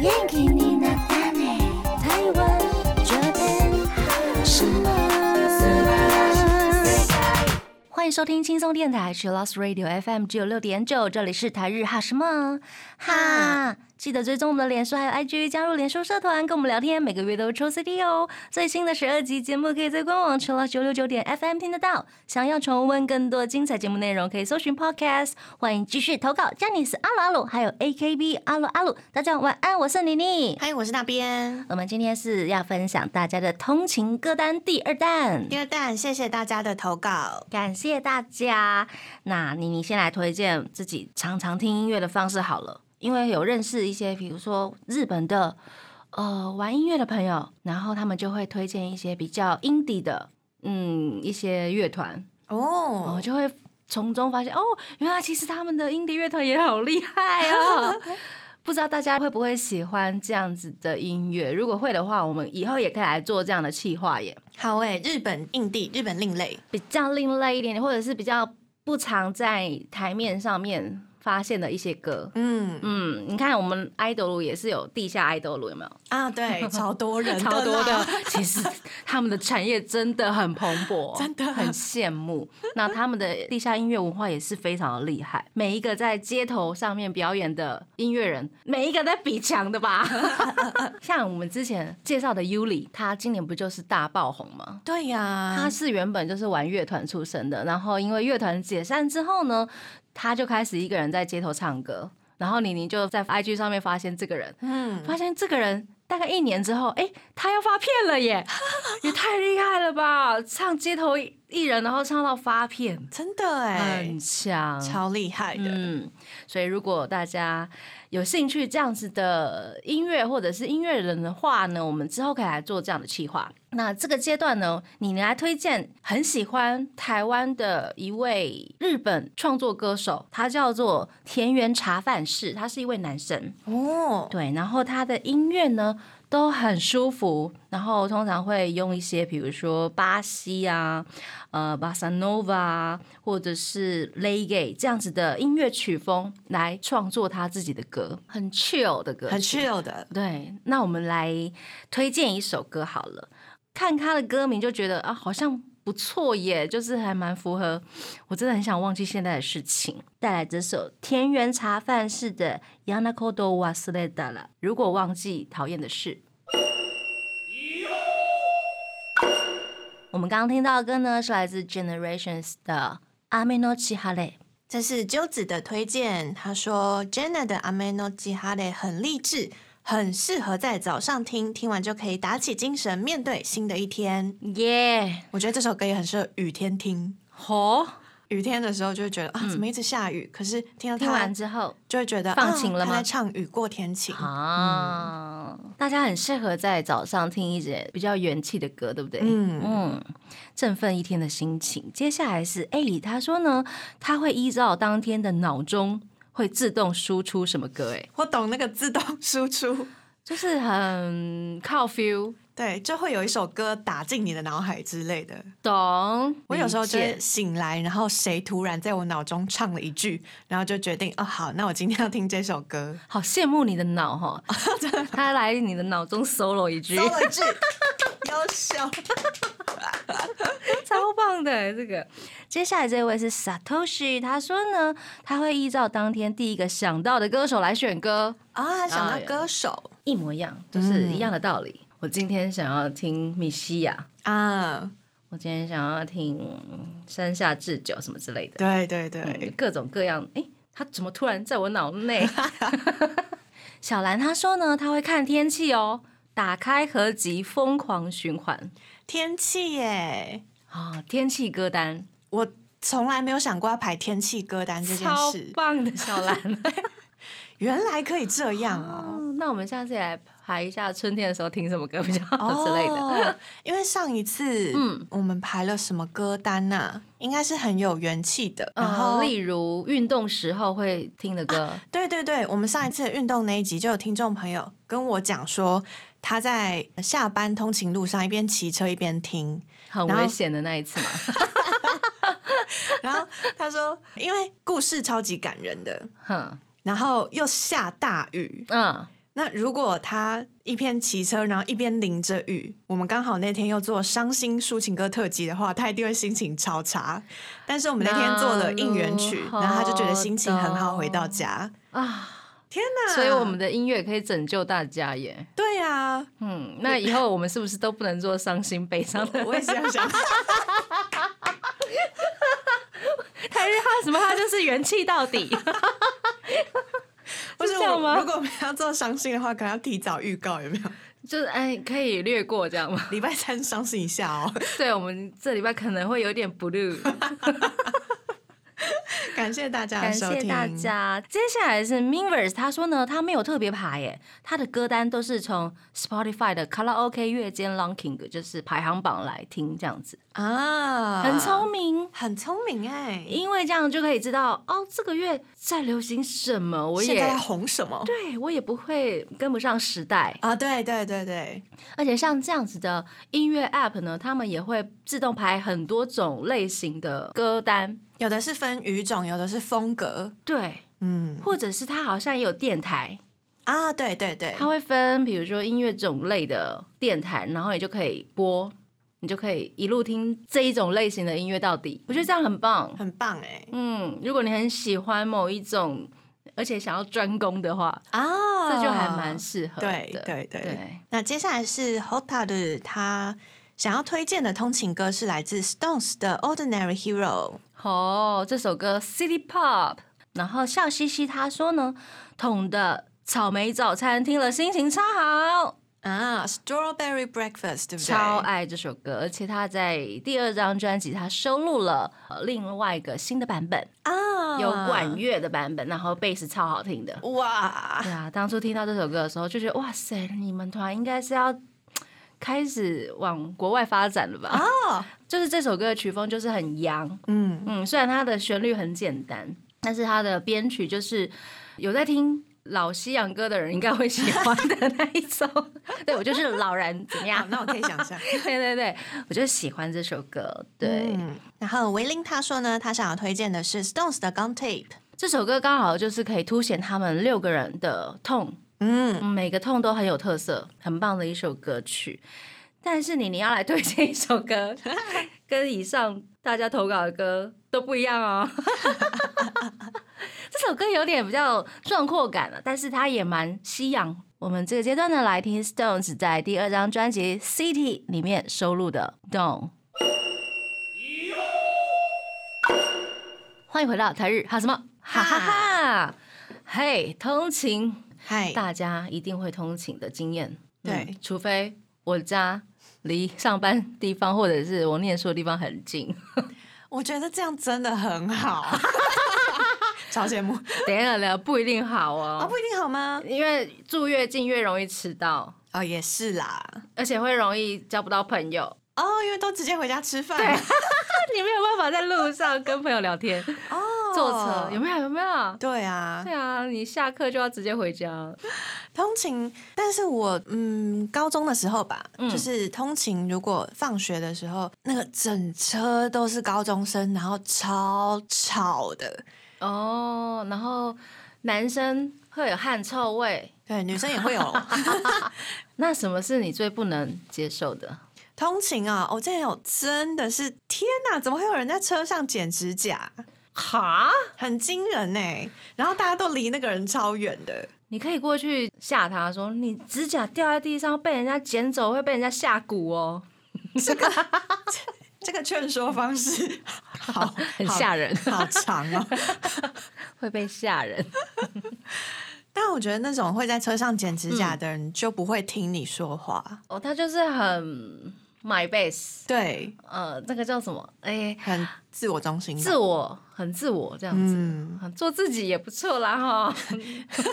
元気になったね台湾这边什么欢迎收听轻松电台 c h i l l o s Radio FM 九六点九，这里是台日哈什么哈。记得追踪我们的脸书还有 IG，加入脸书社团跟我们聊天，每个月都会抽 CD 哦。最新的十二集节目可以在官网 c h i l l o s 九六九点 FM 听得到。想要重温更多精彩节目内容，可以搜寻 Podcast。欢迎继续投稿 j a n i c e 阿鲁阿鲁，还有 AKB 阿鲁阿鲁。大家晚安，我是妮妮。嗨，我是那边我们今天是要分享大家的通勤歌单第二弹。第二弹，谢谢大家的投稿。感谢大家。那妮妮先来推荐自己常常听音乐的方式好了，因为有认识一些，比如说日本的呃玩音乐的朋友，然后他们就会推荐一些比较 indie 的嗯一些乐团，我、哦，就会从中发现哦，原来其实他们的 indie 乐团也好厉害哦。不知道大家会不会喜欢这样子的音乐？如果会的话，我们以后也可以来做这样的企划耶。好诶，日本印地，日本另类，比较另类一点点，或者是比较不常在台面上面发现的一些歌。嗯嗯，你看我们爱豆路也是有地下爱豆路，有没有？啊，对，超多人，超多的，， 其实他们的产业真的很蓬勃，真的很羡慕。那他们的地下音乐文化也是非常的厉害，每一个在街头上面表演的音乐人，每一个在比强的吧。 像我们之前介绍的 Yuli，他今年不就是大爆红吗？对呀他，是原本就是玩乐团出身的，然后因为乐团解散之后呢，他就开始一个人在街头唱歌。然后李宁就在 IG 上面发现这个人，嗯，发现这个人大概一年之后，哎，他要发片了 耶，也太厉害了吧！唱街头艺人，然后唱到发片，真的哎很，强。超厉害的，嗯，所以如果大家有兴趣这样子的音乐或者是音乐人的话呢，我们之后可以来做这样的企划。那这个阶段呢，你来推荐很喜欢台湾的一位日本创作歌手，他叫做田园茶饭室，他是一位男生。哦，对，然后他的音乐呢都很舒服，然后通常会用一些比如说巴西啊、呃巴萨诺瓦或者是 reggae 这样子的音乐曲风来创作他自己的歌，很 chill 的歌曲。很 chill 的，对，那我们来推荐一首歌好了，看他的歌名就觉得啊，好像不错耶，就是还蛮符合。我真的很想忘记现在的事情，带来这首田园茶饭室的《Yanakodo w a s l e d a 了。如果忘记，讨厌的事。我们刚刚听到的歌呢，是来自 Generations 的《阿美诺奇哈雷》。这是鸠子的推荐，他说 Jenna 的 Ameno j i h a d e 很励志，很适合在早上听，听完就可以打起精神，面对新的一天。耶，我觉得这首歌也很适合雨天听。吼！雨天的时候就会觉得啊，怎么一直下雨？可是听嗯到听他完之后，就会觉得放晴了啊吗他在唱雨过天晴，啊，大家很适合在早上听一些比较元气的歌，对不对？嗯嗯，振奋一天的心情。接下来是哎 A，他说呢，他会依照当天的脑钟会自动输出什么歌，哎，我懂那个自动输出， 就是很靠 feel，对，就会有一首歌打进你的脑海之类的。懂？我有时候就理会解醒来，然后谁突然在我脑中唱了一句，然后就决定哦，好，那我今天要听这首歌。好羡慕你的脑 哈，他来你的脑中 solo 一句，搜了一句， 优秀，超棒的这个。接下来这位是 Satoshi，他说呢，他会依照当天第一个想到的歌手来选歌。啊，想啊到歌手一模一样，就嗯是一样的道理。我今天想要听米西亚，啊，我今天想要听嗯山下智久什么之类的，对对对，嗯各种各样。诶，他怎么突然在我脑内？ 小兰她说呢，她会看天气哦，打开合集疯狂循环天气耶，啊、天气歌单，我从来没有想过要排天气歌单这件超事，棒的小兰。 原来可以这样哦。哦那我们下次也来排一下春天的时候听什么歌比较好之类的。哦。因为上一次，嗯嗯，我们排了什么歌单呐、应该是很有元气的。然呃后，啊例如运动时候会听的歌。对对对，我们上一次的运动那一集就有听众朋友跟我讲说，他在下班通勤路上一边骑车一边听， 很然后危险的那一次嘛。然后他说，因为故事超级感人的，哼，然后又下大雨，嗯，那如果他一边骑车，然后一边淋着雨，我们刚好那天又做伤心抒情歌特辑的话，他一定会心情超差。但是我们那天做了应援曲，那然后他就觉得心情很好，回到家。啊！天哪！所以我们的音乐可以拯救大家耶。对呀、啊，嗯，那以后我们是不是都不能做伤心悲伤的？ 我也是这样想。台日哈什么哈就是元气到底。不是是这样吗我，如果我们要做伤心的话，可能要提早预告，有没有？ 就是哎，可以略过这样吗？礼拜三伤心一下哦。 对，我们这礼拜可能会有点 blue。感谢大家的感收谢听，大家。接下来是 Minvers，他说呢，他没有特别排耶，他的歌单都是从 Spotify 的卡拉 OK 月间 Ranking，就是排行榜来听这样子，啊，很聪明。很聪明哎、因为这样就可以知道哦，这个月在流行什么，我现在也在红什么？对我也不会跟不上时代。啊，对对对对，而且像这样子的音乐 App 呢，他们也会自动排很多种类型的歌单，有的是分语种，有的是风格，对，嗯或者是它好像也有电台，啊，对对对，它会分，比如说音乐种类的电台，然后你就可以播，你就可以一路听这一种类型的音乐到底。我觉得这样很棒。很棒哎、嗯，如果你很喜欢某一种，而且想要专攻的话，啊，这就还蛮适合的。对对对对那接下来是 Hotaru 他想要推荐的通勤歌是来自 Stones 的《Ordinary Hero》。哦，这首歌 City Pop。然后笑嘻嘻他说呢，桶的草莓早餐听了心情超好，啊，Strawberry Breakfast，对不对？超爱这首歌，而且他在第二张专辑他收录了呃另外一个新的版本。啊，有管乐的版本，然后贝斯超好听的。哇对啊，当初听到这首歌的时候，就觉得哇塞，你们团应该是要嘖开始往国外发展了吧？哦，就是这首歌的曲风就是很洋，嗯，嗯，虽然它的旋律很简单，但是它的编曲就是有在听。老西洋歌的人应该会喜欢的那一种， 对我就是老人怎么好，样？ 那我可以想象。对对对，我就喜欢这首歌。对，嗯，然后维林他说呢，他想要推荐的是 Stones 的《Gun Tape》。这首歌刚好就是可以凸显他们六个人的痛嗯，嗯每个痛都很有特色，很棒的一首歌曲。但是你你要来推荐一首歌， 跟以上大家投稿的歌都不一样哦。 这首歌有点比较壮阔感了，但是它也蛮西洋。我们这个阶段呢，来听 Stones 在第二张专辑《City》里面收录的《Dawn》。欢迎回到台日哈什么哈哈哈！嘿，通勤嗨，大家一定会通勤的经验，嗯对除非我家离上班地方或者是我念书的地方很 近。我觉得这样真的很 好，超羡慕等一下聊不一定好啊！哦，不一定好吗？因为住越近越容易迟到，哦，也是啦。而且会容易交不到朋 友。哦，因为都直接回家吃饭。对，你没有办法在路上跟朋友聊天，哦，坐车有没有？有没有？ 对啊哦对，啊，你下课就要直接回家。通勤。但是我嗯，高中的时候吧，嗯就是通勤，如果放学的时候，那个整车都是高中生，然后超吵的。哦，然后男生会有汗臭味，对，女生也 会有那什么是你最不能接受的？通勤啊！我、之前有真的是天哪，怎么会有人在车上剪指甲？哈？很惊人呢、然后大家都离那个人超远的。你可以过去吓他说：“你指甲掉在地上被人家捡走，会被人家下蛊哦，这个劝说 方式好很吓人，好，好长 哦。 会被吓人。但我觉得那种会在车上剪指甲嗯的人就不会听你说话，”哦，他就是很 my base，对，呃，那个叫什么？哎、很自我中心吧，自我，很自我这样子，啊嗯，做自己也不错啦哈。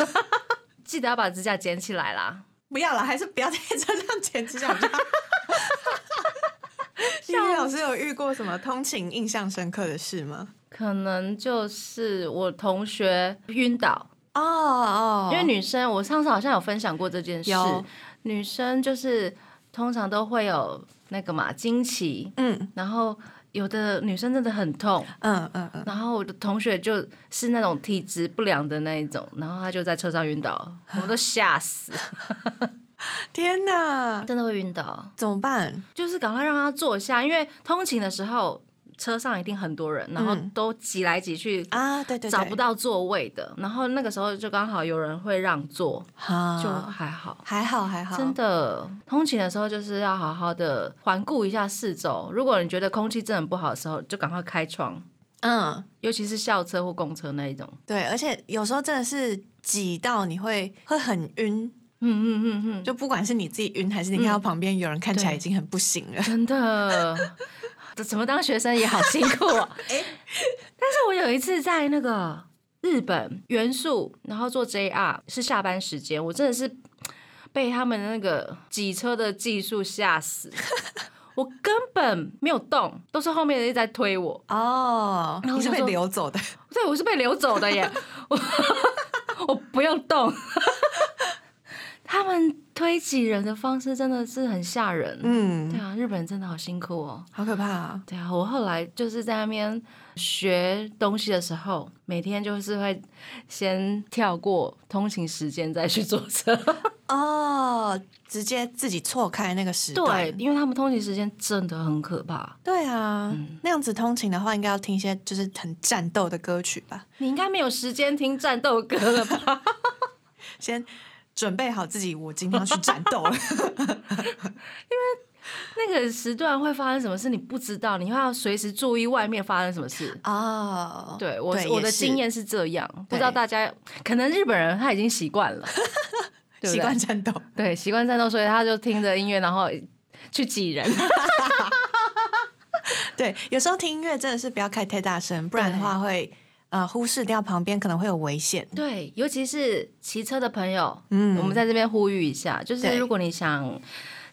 记得要把指甲捡起来啦，不要了，还是不要在车上剪指甲比较 好。 英语老师有遇过什么通勤印象深刻的事吗？可能就是我同学晕倒，哦哦因为女生，我上次好像有分享过这件事有，女生就是通常都会有那个嘛经期，嗯然后有的女生真的很痛，嗯嗯嗯，然后我的同学就是那种体质不良的那一种，然后他就在车上晕啊倒，我都吓 死，天哪，真的会晕倒。怎么办？就是赶快让他坐下，因为通勤的时候车上一定很多人，然后嗯都挤来挤去。啊，对对对，找不到座位的，然后那个时候就刚好有人会让座，啊，就还好。还好还好，真的，通勤的时候就是要好好的环顾一下四周。如果你觉得空气真的不好的时候，就赶快开窗，嗯，尤其是校车或公车那一种。对，而且有时候真的是挤到你会会很晕，嗯嗯嗯嗯，就不管是你自己晕，还是你嗯看到旁边有人看起来已经很不行 了。真的，这怎么当学生也好辛苦、 哦。但是我有一次在那个日本元素，然后坐 JR 是下班时间，我真的是被他们那个挤车的技术吓 死，我根本没有动，都是后面的一直在推我。哦，然后你是我想被说 流走的，对，我是被流走的 耶，我我不用动。 他们推挤人的方式真的是很吓人。对嗯，啊，日本人真的好辛苦哦。好可怕啊！对啊，我后来就是在那边学东西的时候，每天就是会先跳过通勤时间再去坐 车。哦，直接自己错开那个时段对，，因为他们通勤时间真的很可怕。对啊，嗯那样子通勤的话，应该要听一些就是很战斗的歌曲吧，你应该没有时间听战斗歌了吧？ 先准备好自己，我今天要去战斗 了。那个时段会发生什么事你不知道，你要随时注意外面发生什么事。哦，对我对我也的是经验是这样，不对知道大家可能日本人他已经习惯了，对不 习对惯战斗，对，习惯战斗，所以他就听着音乐然后去挤人。对，有时候听音乐真的是不要开太大声，不然的话会呃忽视掉旁边可能会有危险。对，尤其是骑车的朋友，嗯我们在这边呼吁一下，就是对如果你想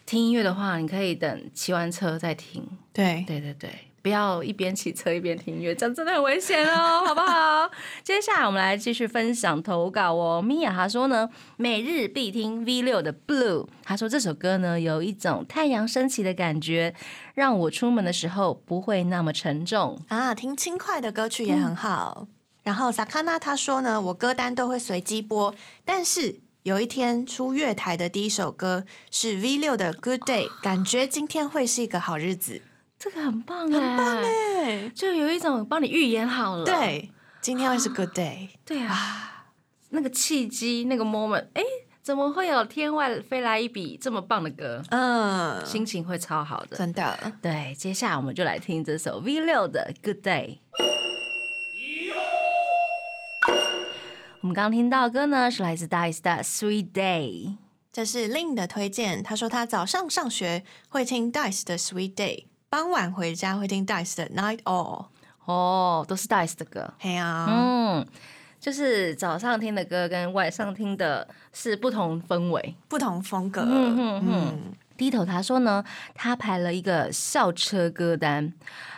听音乐的话，你可以等骑完车再听。对，对对对，不要一边骑车一边听音乐，这样真的很危险哦，好不好？ 接下来我们来继续分享投稿哦。米娅她说呢，每日必听 V 六的 Blue，她说这首歌呢有一种太阳升起的感觉，让我出门的时候不会那么沉重。啊，听轻快的歌曲也很好。然后萨卡纳他说呢，我歌单都会随机播，但是有一天出月台的第一首歌是 V 六的《Good Day》，感觉今天会是一个好日子。这个很棒哎，很棒哎，对，就有一种帮你预言好了。欸对，今天会是 Good Day。对啊，那个契机，那个 moment，哎，怎么会有天外飞来一笔这么棒的歌？嗯，心情会超好的。真的，对，接下来我们就来听这首 V 六的《Good Day》。我们刚刚听到的歌呢，是来自大 S 的《Sweet Day》。这是 Lin 的推荐。他说他早上上学会听 Dice 的《Sweet Day》，傍晚回家会听 Dice 的《Night All》。哦，都是大 S 的歌。嘿啊，嗯，就是早上听的歌跟晚上听的是不同氛围。不同风格。嗯哼哼嗯，低头他说呢，他排了一个校车歌单，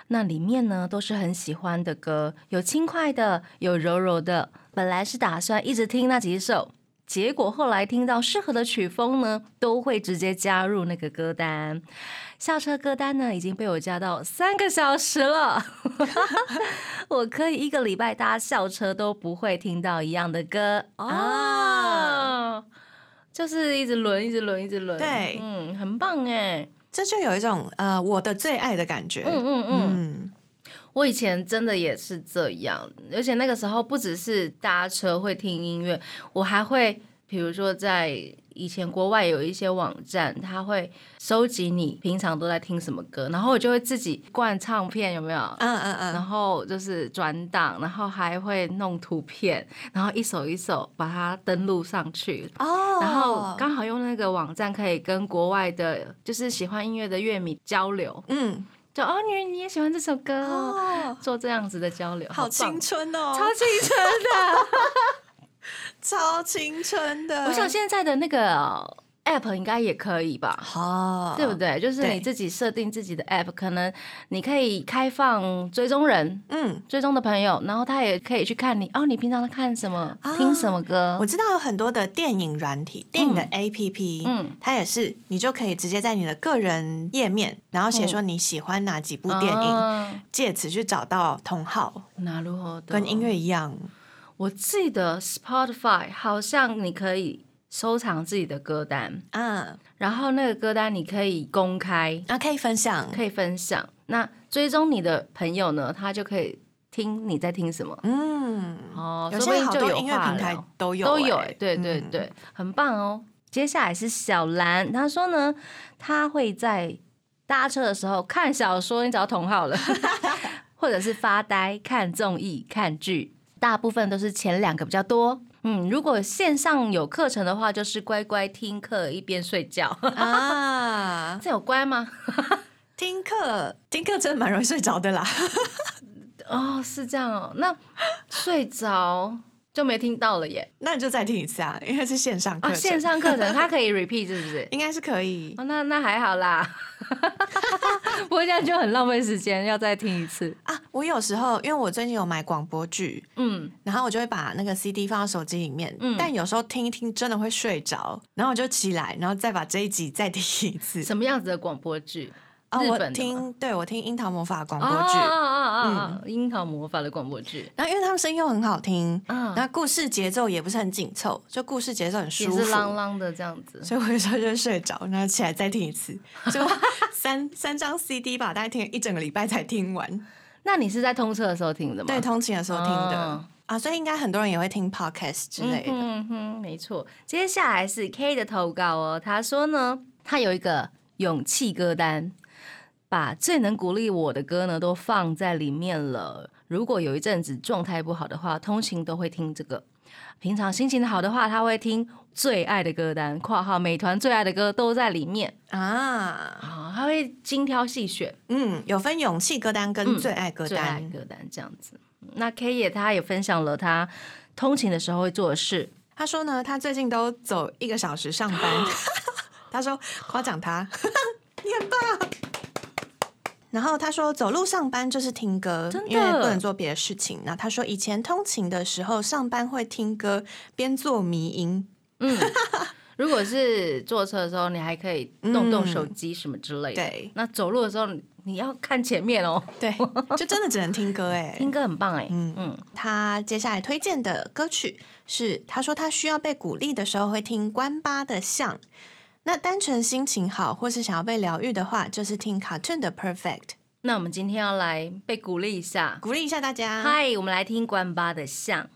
那里面呢都是很喜欢的歌，有轻快的，有柔柔的。本来是打算一直听那几首，结果后来听到适合的曲风呢，都会直接加入那个歌单。校车歌单呢已经被我加到三个小时了， 我可以一个礼拜搭校车都不会听到一样的歌啊哦。就是一直轮，一直轮，一直轮。对嗯，很棒哎。这就有一种呃我的最爱的感觉。嗯嗯嗯嗯，我以前真的也是这样，而且那个时候不只是搭车会听音乐，我还会，比如说在以前国外有一些网站，它会收集你平常都在听什么歌，然后我就会自己灌唱片，有没有？嗯嗯然嗯，后就是转档，然后还会弄图片，然后一首一首把它登录上去，哦，然后刚好用那个网站可以跟国外的，就是喜欢音乐的乐迷交流，嗯就哦，你你也喜欢这首歌哦，哦，做这样子的交流，好棒青，春哦，超青春 的。超青春的。我想现在的那个呃 App 应该也可以吧？好，对不？对？就是哦对你自己设定自己的 app，可能你可以开放追踪人、嗯，追踪的朋友，然后他也可以去看你哦，你平常都看什么、啊听什么歌我？知道有很多的电影软体、电影的 APP，嗯嗯，它也是你就可以直接在你的个人页面，然后嗯写说你喜欢哪几部电影，啊借此去找到同好，なるほど。跟音乐一样。我记得 Spotify 好像你可以收藏自己的歌单，嗯，然后那个歌单你可以公开，那啊可以分享，可以分享。那追踪你的朋友呢，他就可以听你在听什么。嗯，哦，有说不些定好就多有音乐话平台聊都有、都欸有、欸，对对嗯对，很棒哦。接下来是小兰，她说呢，她会在搭车的时候看小说，你找同好了， 或者是发呆、看综艺、看剧，大部分都是前两个比较多。嗯，如果线上有课程的话，就是乖乖听课一边睡觉， 啊，这有乖吗？听课听课真的蛮容易睡着的啦。 哦，是这样哦，那睡着就没听到了耶。那你就再听一次啊，因为是线上课啊，程，线上课程它可以 repeat 是不是？ 应该是可以。哦，那那还好啦， 不过这样就很浪费时间，要再听一次。啊，我有时候因为我最近有买广播剧，嗯，然后我就会把那个 CD 放到手机里面，嗯但有时候听一听真的会睡着，然后我就起来，然后再把这一集再听一次。什么样子的广播剧？啊，日我本的吗听，对我听《樱桃魔法》广哦播剧，哦哦哦哦，樱桃魔法的广播剧，然后因为他们声音又很好听，嗯那故事节奏也不是很紧凑，就故事节奏很也舒服，是啷啷的这样子。所以我有时候就会睡着，然后起来再听一次，就 三三张 CD 吧，大概听了一整个礼拜才听完。那你是在通车的时候听的吗？对，通勤的时候听的、哦啊，所以应该很多人也会听 podcast 之类的。嗯哼哼，没错。接下来是 K 的投稿哦，他说呢，他有一个勇气歌单，把最能鼓励我的歌呢都放在里面了。如果有一阵子状态不好的话，通勤都会听这个。平常心情好的话，他会听最爱的歌单（括号美团最爱的歌都在里面啊，啊），他会精挑细选嗯，有分勇气歌单跟嗯最爱歌最爱单，歌单这样子。那 K 也他也分享了他通勤的时候会做的事，他说呢，他最近都走一个小时 上班，他说夸奖他， 你很棒。然后他说，走路上班就是听歌真，的因为不能做别的事情。那他说，以前通勤的时候上班会听歌，边做迷音。嗯，如果是坐车的时候，你还可以动动手机什么之类的。嗯对那走路的时候，你要看前面哦，对，就真的只能听歌哎、 听歌很棒哎。嗯嗯嗯，他接下来推荐的歌曲是，他说他需要被鼓励的时候会听关八的《像》。那单纯心情好或是想要被疗愈的话，就是听 Cartoon 的《Perfect》，那我们今天要来被鼓励一下。鼓励一下大家。嗨，我们来听关八的像。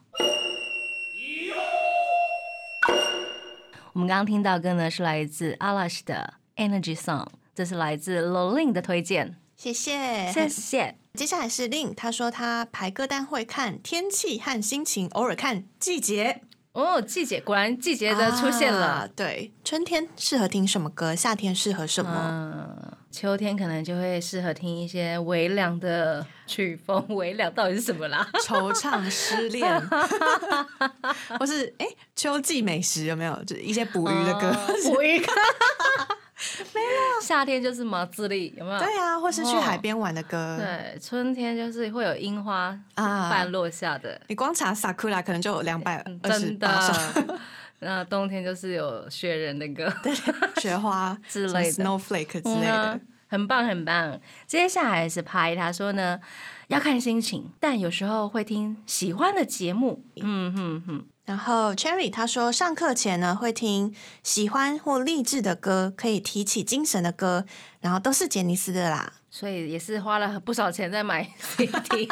我们刚刚听到歌呢是来自阿拉什的 Energy Song，这是来自 Lolin 的推荐，谢谢，谢谢。 接下来是令，他说他排歌单会看天气和心情，偶尔看季节。哦，季节果然季节的出现了。啊对，春天适合听什么歌？夏天适合什么？嗯，秋天可能就会适合听一些微凉的曲风， 微凉到底是什么啦？惆怅、失恋， 或是哎，秋季美食有没有？就是一些捕鱼的歌。 捕鱼歌，没有。 夏天就是毛自立，有没有？对啊，或是去海边玩的歌。对，春天就是会有樱花啊半落下的，你光查 sakura 可能就有两百嗯二十真八首 的。 那冬天就是有雪人的歌， 雪花之类的什么 snowflake 之嗯类啊的。很棒很棒。接下来是拍他说呢，要看心情，但有时候会听喜欢的节目。嗯哼哼。然后 Cherry 他说，上课前呢会听喜欢或励志的歌，可以提起精神的歌，然后都是杰尼斯的啦。所以也是花了不少钱在买 CD，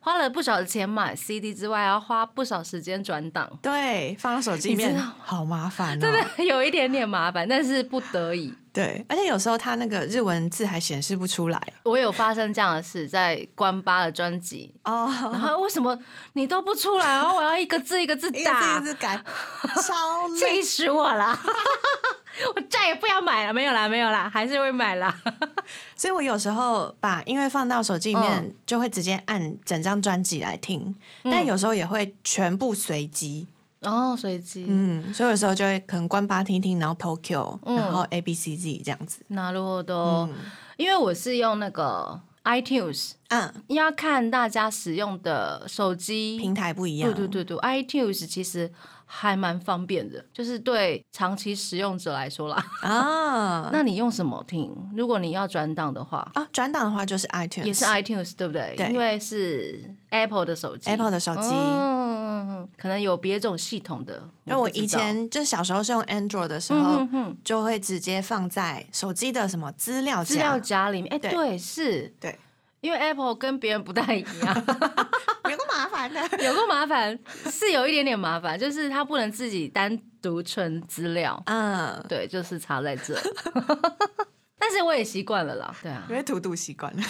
花了不少钱买 CD 之外，还要花不少时间转档，对，放到手机里你面知道好麻烦真哦。的有一点点麻烦，但是不得已。对，而且有时候它那个日文字还显示不出来我有发生这样的事，在关八的专辑，然哦，后为什么你都不出来？然后我要一个字一个字一个字一打个，字改，超累。气死我了！ 我再也不要买了，没有啦，没有啦，还是会买啦。所以我有时候把音乐放到手机里面，嗯就会直接按整张专辑来听，但有时候也会全部随机。哦，随机。嗯，所以有时候就会可能关八听一听，然后 Tokyo，、然嗯后 A B C Z 这样子。なるほど。因为我是用那个 iTunes，嗯，要看大家使用的手机平台不一样。对对对对，iTunes 其实还蛮方便的，就是对长期使用者来说啦。啊，那你用什么听？如果你要转档的话，啊，转档的话就是 iTunes，也是 iTunes 对不对？对因为是 Apple 的手机 Apple 的手机。嗯，可能有别种系统的。因为我不知道以前就小时候是用 Android 的时候，嗯哼哼就会直接放在手机的什么资料资料夹，夹里面，哎，对对，是对，因为 Apple 跟别人不太一 样，有个麻烦的。 有个麻烦是有一点点麻烦，就是它不能自己单独存资料，嗯，对，就是差在这。 但是我也习惯了啦，对啊，因为荼毒习惯了。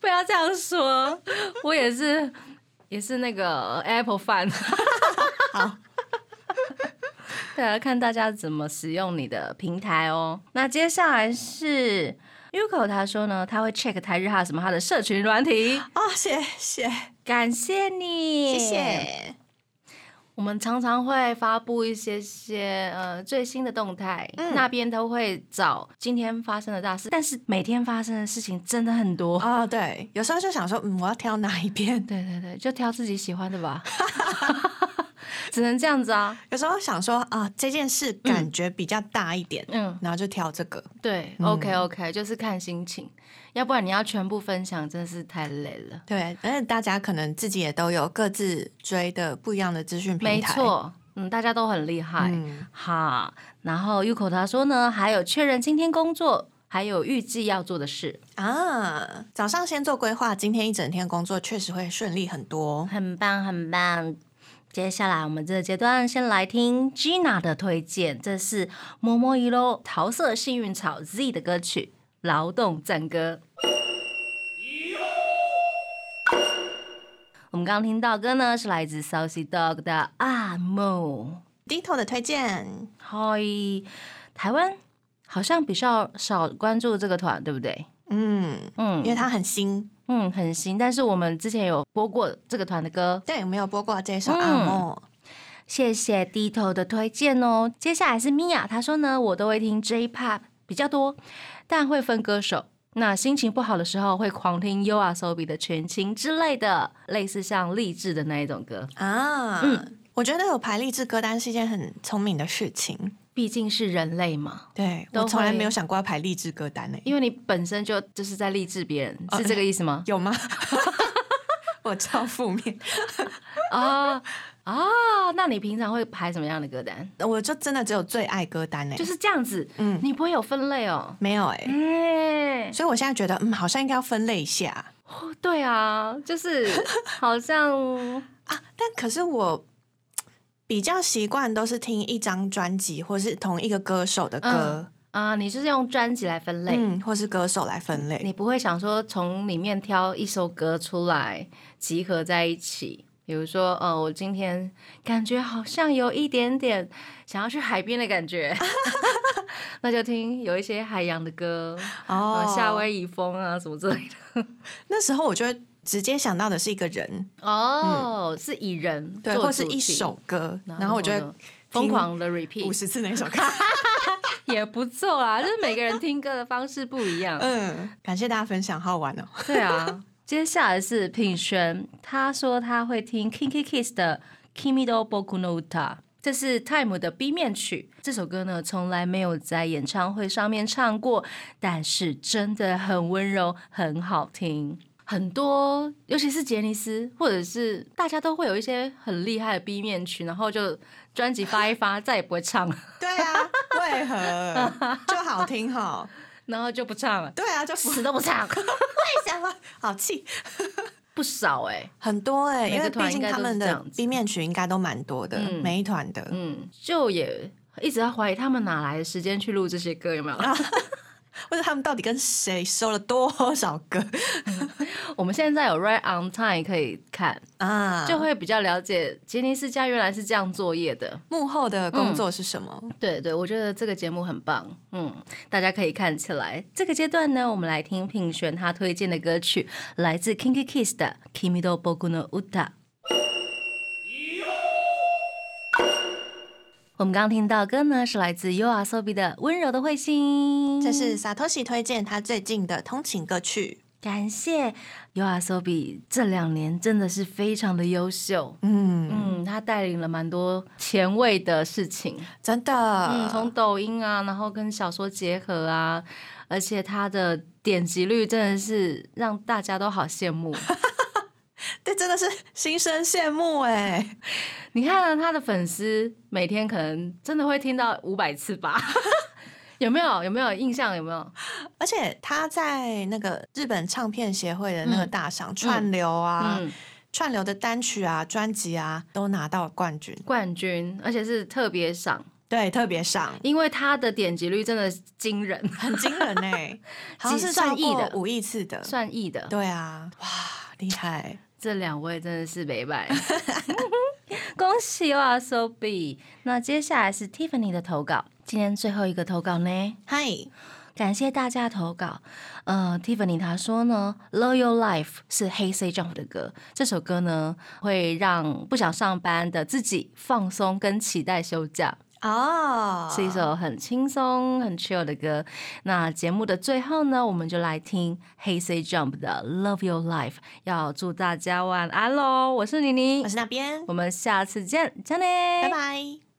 不要这样说，我也是，也是那个 Apple fan。 好，对啊，看大家怎么使用你的平台哦。那接下来是 Yuko，他说呢，他会 check 台日哈什么他的社群软体。哦，谢谢，感谢你，谢。谢。我们常常会发布一些些呃最新的动态，嗯那边都会找今天发生的大事，但是每天发生的事情真的很多。 哦，对，有时候就想说，嗯，我要挑哪一边？对对对，就挑自己喜欢的吧， 只能这样子啊。有时候想说啊，这件事感觉比较大一点，嗯，然后就挑这个。对、o k OK，就是看心情，要不然你要全部分享，真是太累了。对，而且大家可能自己也都有各自追的不一样的资讯平台。没，错，嗯，大家都很厉害，嗯哈。然后 Yuko 他说呢，还有确认今天工作，还有预计要做的事，啊，早上先做规划，今天一整天工作确实会顺利很多。很棒很棒。接下来我们这个阶段先来听 Gina 的推荐，这是摸摸一喽桃色幸运草 Z 的歌曲《劳动赞歌》。我们刚刚听到歌呢，是来自 Saucy Dog 的《阿梦 Dito 的推荐，》。嗨，台湾好像比较少关注这个团，对不对？嗯，嗯因为它很新，嗯，很新。但是我们之前有播过这个团的歌，对，有没有播过这首《嗯阿莫谢谢低头的推荐哦。接下来是 Mia，她说呢，我都会听 J-Pop 比较多，但会分歌手。那心情不好的时候会狂听 U R Sobi 的全勤之类的，类似像励志的那一种歌。》啊？嗯我觉得有排励志歌单是一件很聪明的事情。毕竟是人类嘛，对都我从来会没有想过要排励志歌单呢、因为你本身就就是在励志别人，是这个意思 吗？有吗？ 我超负面，啊啊，那你平常会排什么样的歌单？我就真的只有最爱歌单呢、就是这样子，嗯你不会有分类哦。没有哎、哎、所以我现在觉得，嗯，好像应该要分类一下对啊，就是好像啊。但可是我比较习惯都是听一张专辑，或是同一个歌手的歌，啊，你就是用专辑来分类，嗯，或是歌手来分类。你不会想说从里面挑一首歌出来集合在一起。比如说，呃，我今天感觉好像有一点点想要去海边的感觉， 那就听有一些海洋的歌，哦呃，夏威夷风啊什么之类的。那时候我就会直接想到的是一个人，哦，是以人对，做或是主一题，首歌，然然后我就呢会疯听狂的五 repeat 十次那首歌。 也不错啊，就是每个人听歌的方式不一样。嗯，感谢大家分享，好好玩哦。对啊，接下来是品轩，他说他会听 Kinky Kiss 的《Kimi do Boku no Uta》，这是 Time 的 B 面曲。这首歌呢，从来没有在演唱会上面唱过，但是真的很温柔，很好听。很多，尤其是杰尼斯，或者是大家都会有一些很厉害的 B 面曲，然后就专辑发一发，再也不会唱了，对啊，为何就好听哈？然后就不唱了，对啊，就死都不唱，为什么？好气，不少哎、很多哎、每因个为团毕竟应该他都是们这的样子 B 面曲应该都蛮多的，嗯每一团的。嗯，就也一直在怀疑他们哪来的时间去录这些歌，有没有？或者他们到底跟谁收了多少歌我们现在有 Right on Time 可以看，啊？就会比较了解杰尼斯家原来是这样作业的。幕后的工作是什么？对对，我觉得这个节目很棒，嗯，大家可以看起来。这个阶段呢，我们来听品璇他推荐的歌曲，来自 Kinky Kiss 的《Kimi do Boku no Uta》。我们刚刚听到歌呢是来自 U R Sobi 的《温柔的彗星》，这是 Satoshi 推荐他最近的通勤歌曲。感谢 U R Sobi 这两年真的是非常的优秀。嗯，嗯，他带领了蛮多前卫的事情，真嗯，的，从抖音啊，然后跟小说结合啊，而且他的点击率真的是让大家都好羡慕。对，真的是心生羡慕哎。你看、啊、他的粉丝每天可能真的会听到五百次吧？ 有没有？有没有印象？有没有？而且他在那个日本唱片协会的那个嗯大赏、串流啊、嗯，串流的单曲啊、专辑啊，都拿到冠军，冠军，而且是特别赏，对，特别上，因为他的点击率真的惊人， 很惊人哎、 好像是算超亿过的五亿次的，算亿的。对啊，哇，厉害！这两位真的是北拜， 恭喜哇，Sobi。那接下来是 Tiffany 的投稿，今天最后一个投稿呢，嗨，感谢大家的投稿。呃，Tiffany 她说呢，《Love Your Life》是黑 C Jump 的歌，这首歌呢会让不想上班的自己放松跟期待休假。哦，是一首很轻松、很 chill 的歌。那节目的最后呢，我们就来听 Hey Say Jump 的《Love Your Life》，要祝大家晚安喽！我是妮妮我，是那边我，们下次见，再见，拜拜。